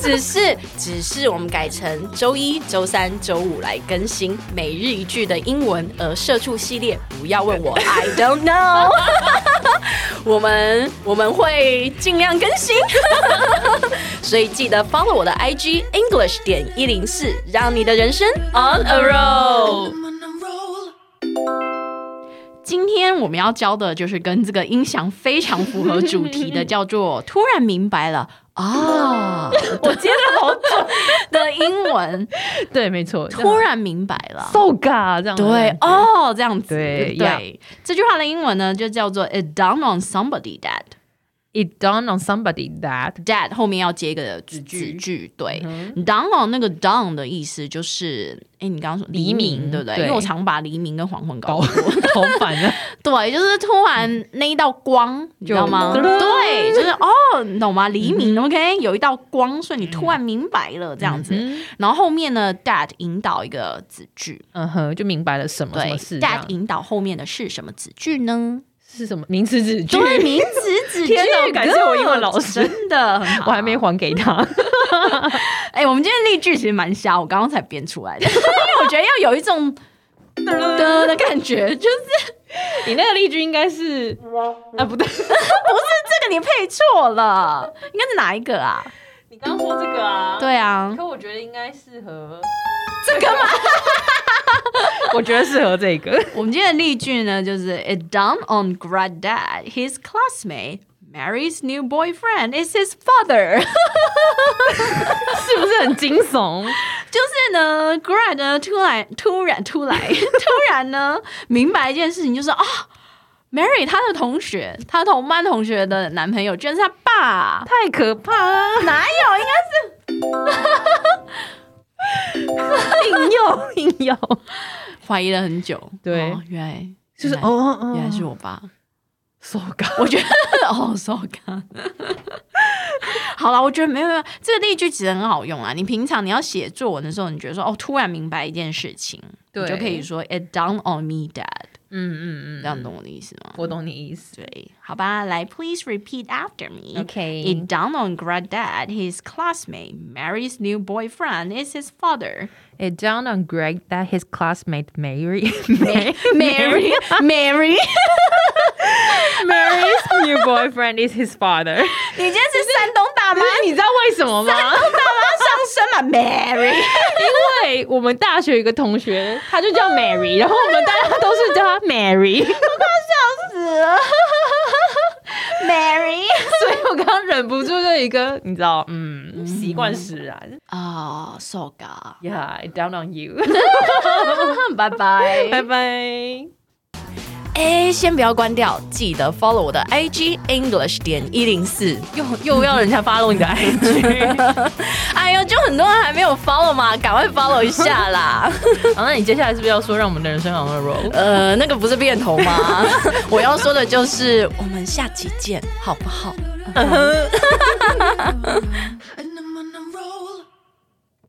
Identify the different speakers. Speaker 1: 只是只是我们改成周一、周三、周五来更新每日一句的英文，而社畜系列不要问 我，I don't know 我们我们会尽量更新， 所以记得 follow 我的 IG English 点一零四，让你的人生 on a roll。今天我们要教的就是跟这个音响非常符合主题 的，叫做“突然明白了”啊，
Speaker 2: 我接的好准，
Speaker 1: 的英文
Speaker 2: 对，没错，
Speaker 1: “突然明白了”。
Speaker 2: so ga 这样，
Speaker 1: 对哦，这样子
Speaker 2: 对
Speaker 1: 对，这句话的英文呢就叫做 "It dawned on somebody that"。
Speaker 2: ，it dawned on somebody that
Speaker 1: dad 后面要接一个子句，嗯对、down on 那个 down 的意思就是，哎，你刚刚说黎
Speaker 2: 明
Speaker 1: 明对不对？
Speaker 2: 对
Speaker 1: 因为我常把黎明跟黄昏搞
Speaker 2: 搞
Speaker 1: 混，
Speaker 2: 搞反了，
Speaker 1: 对，就是突然那一道光，你知道吗？
Speaker 2: 噔噔
Speaker 1: 对，就是哦，你懂吗？黎明、OK，有一道光，所以你突然明白了这样子。然后后面呢，dad 引导一个子句，
Speaker 2: 嗯哼，就明白了什么什
Speaker 1: 对
Speaker 2: 么事这样
Speaker 1: ，dad 引导后面的是什么子句呢？
Speaker 2: 是什么名词子句，
Speaker 1: 对，名词子句。
Speaker 2: 天哪感谢我英文老师
Speaker 1: good，真的很好，
Speaker 2: 我还没还给他，
Speaker 1: 哎、我们今天例句其实蛮瞎，我刚刚才编出 来的，因为我觉得要有一种的的感觉，就是
Speaker 2: 你那个例句应该 是啊，不对，
Speaker 1: 这个你配错了，应该是哪一个啊？
Speaker 2: 你刚刚说这个啊，
Speaker 1: 对啊，
Speaker 2: 可我觉得应该适合这个吗？我觉得适合这个。
Speaker 1: 我们今天的例句呢，就是 It dawned on Granddad, his classmate. Mary's new boyfriend is his father 。
Speaker 2: 是不是很惊悚？
Speaker 1: 就是呢，Grad 呢突然突然突 然突然呢明白一件事情，就是啊、Mary 她的同学，她同班同学的男朋友居然是她爸。
Speaker 2: 太可怕了！
Speaker 1: 哪有？应
Speaker 2: 硬要硬要，
Speaker 1: 该怀疑了很久。
Speaker 2: 对
Speaker 1: 哦原来
Speaker 2: 就是哦
Speaker 1: 原来
Speaker 2: 哦哦，
Speaker 1: 原来是我爸。
Speaker 2: 手感。
Speaker 1: 我觉得 哦，so good。好了，我觉得没有没有，这个例句其实很好用啊。你平常你要写作文的时候，你觉得说哦，突然明白一件事情，
Speaker 2: 对
Speaker 1: 你就可以说 It dawned on me, Dad。
Speaker 2: 嗯嗯
Speaker 1: 这样懂我的意思吗？
Speaker 2: 我懂你意思。
Speaker 1: 对，好吧，来，Please repeat after me.
Speaker 2: OK
Speaker 1: It dawned on Granddad, his classmate, Mary's new boyfriend is his father.
Speaker 2: It dawned on Greg that his classmate Mary
Speaker 1: Mary, Mary.
Speaker 2: Mary's new boyfriend is his father。
Speaker 1: 你今天是山东大妈，
Speaker 2: 你知道为什么吗？
Speaker 1: 大妈上身嘛，Mary。
Speaker 2: 因为我们大学有一个同学，他就 叫 Mary，然后我们大家都是叫他 Mary，
Speaker 1: 死了 ，Mary
Speaker 2: 所以我刚刚忍不住就一个你知道，嗯，习惯使然。
Speaker 1: 啊，受 噶，
Speaker 2: Yeah, it down on you。
Speaker 1: 拜拜
Speaker 2: 拜拜。
Speaker 1: 哎，Eh, 先不要关掉，记得 follow 我的 IG English 点一零四。
Speaker 2: 又又要人家 follow 你的 IG，
Speaker 1: 哎呦，就很多人还没有 follow 嘛，赶快 follow 一下啦。
Speaker 2: 好，那你接下来是不是要说让我们的人生 on a roll？
Speaker 1: 呃，那个不是变头吗？ 我要说的就是，我们下期见，好不好？
Speaker 3: I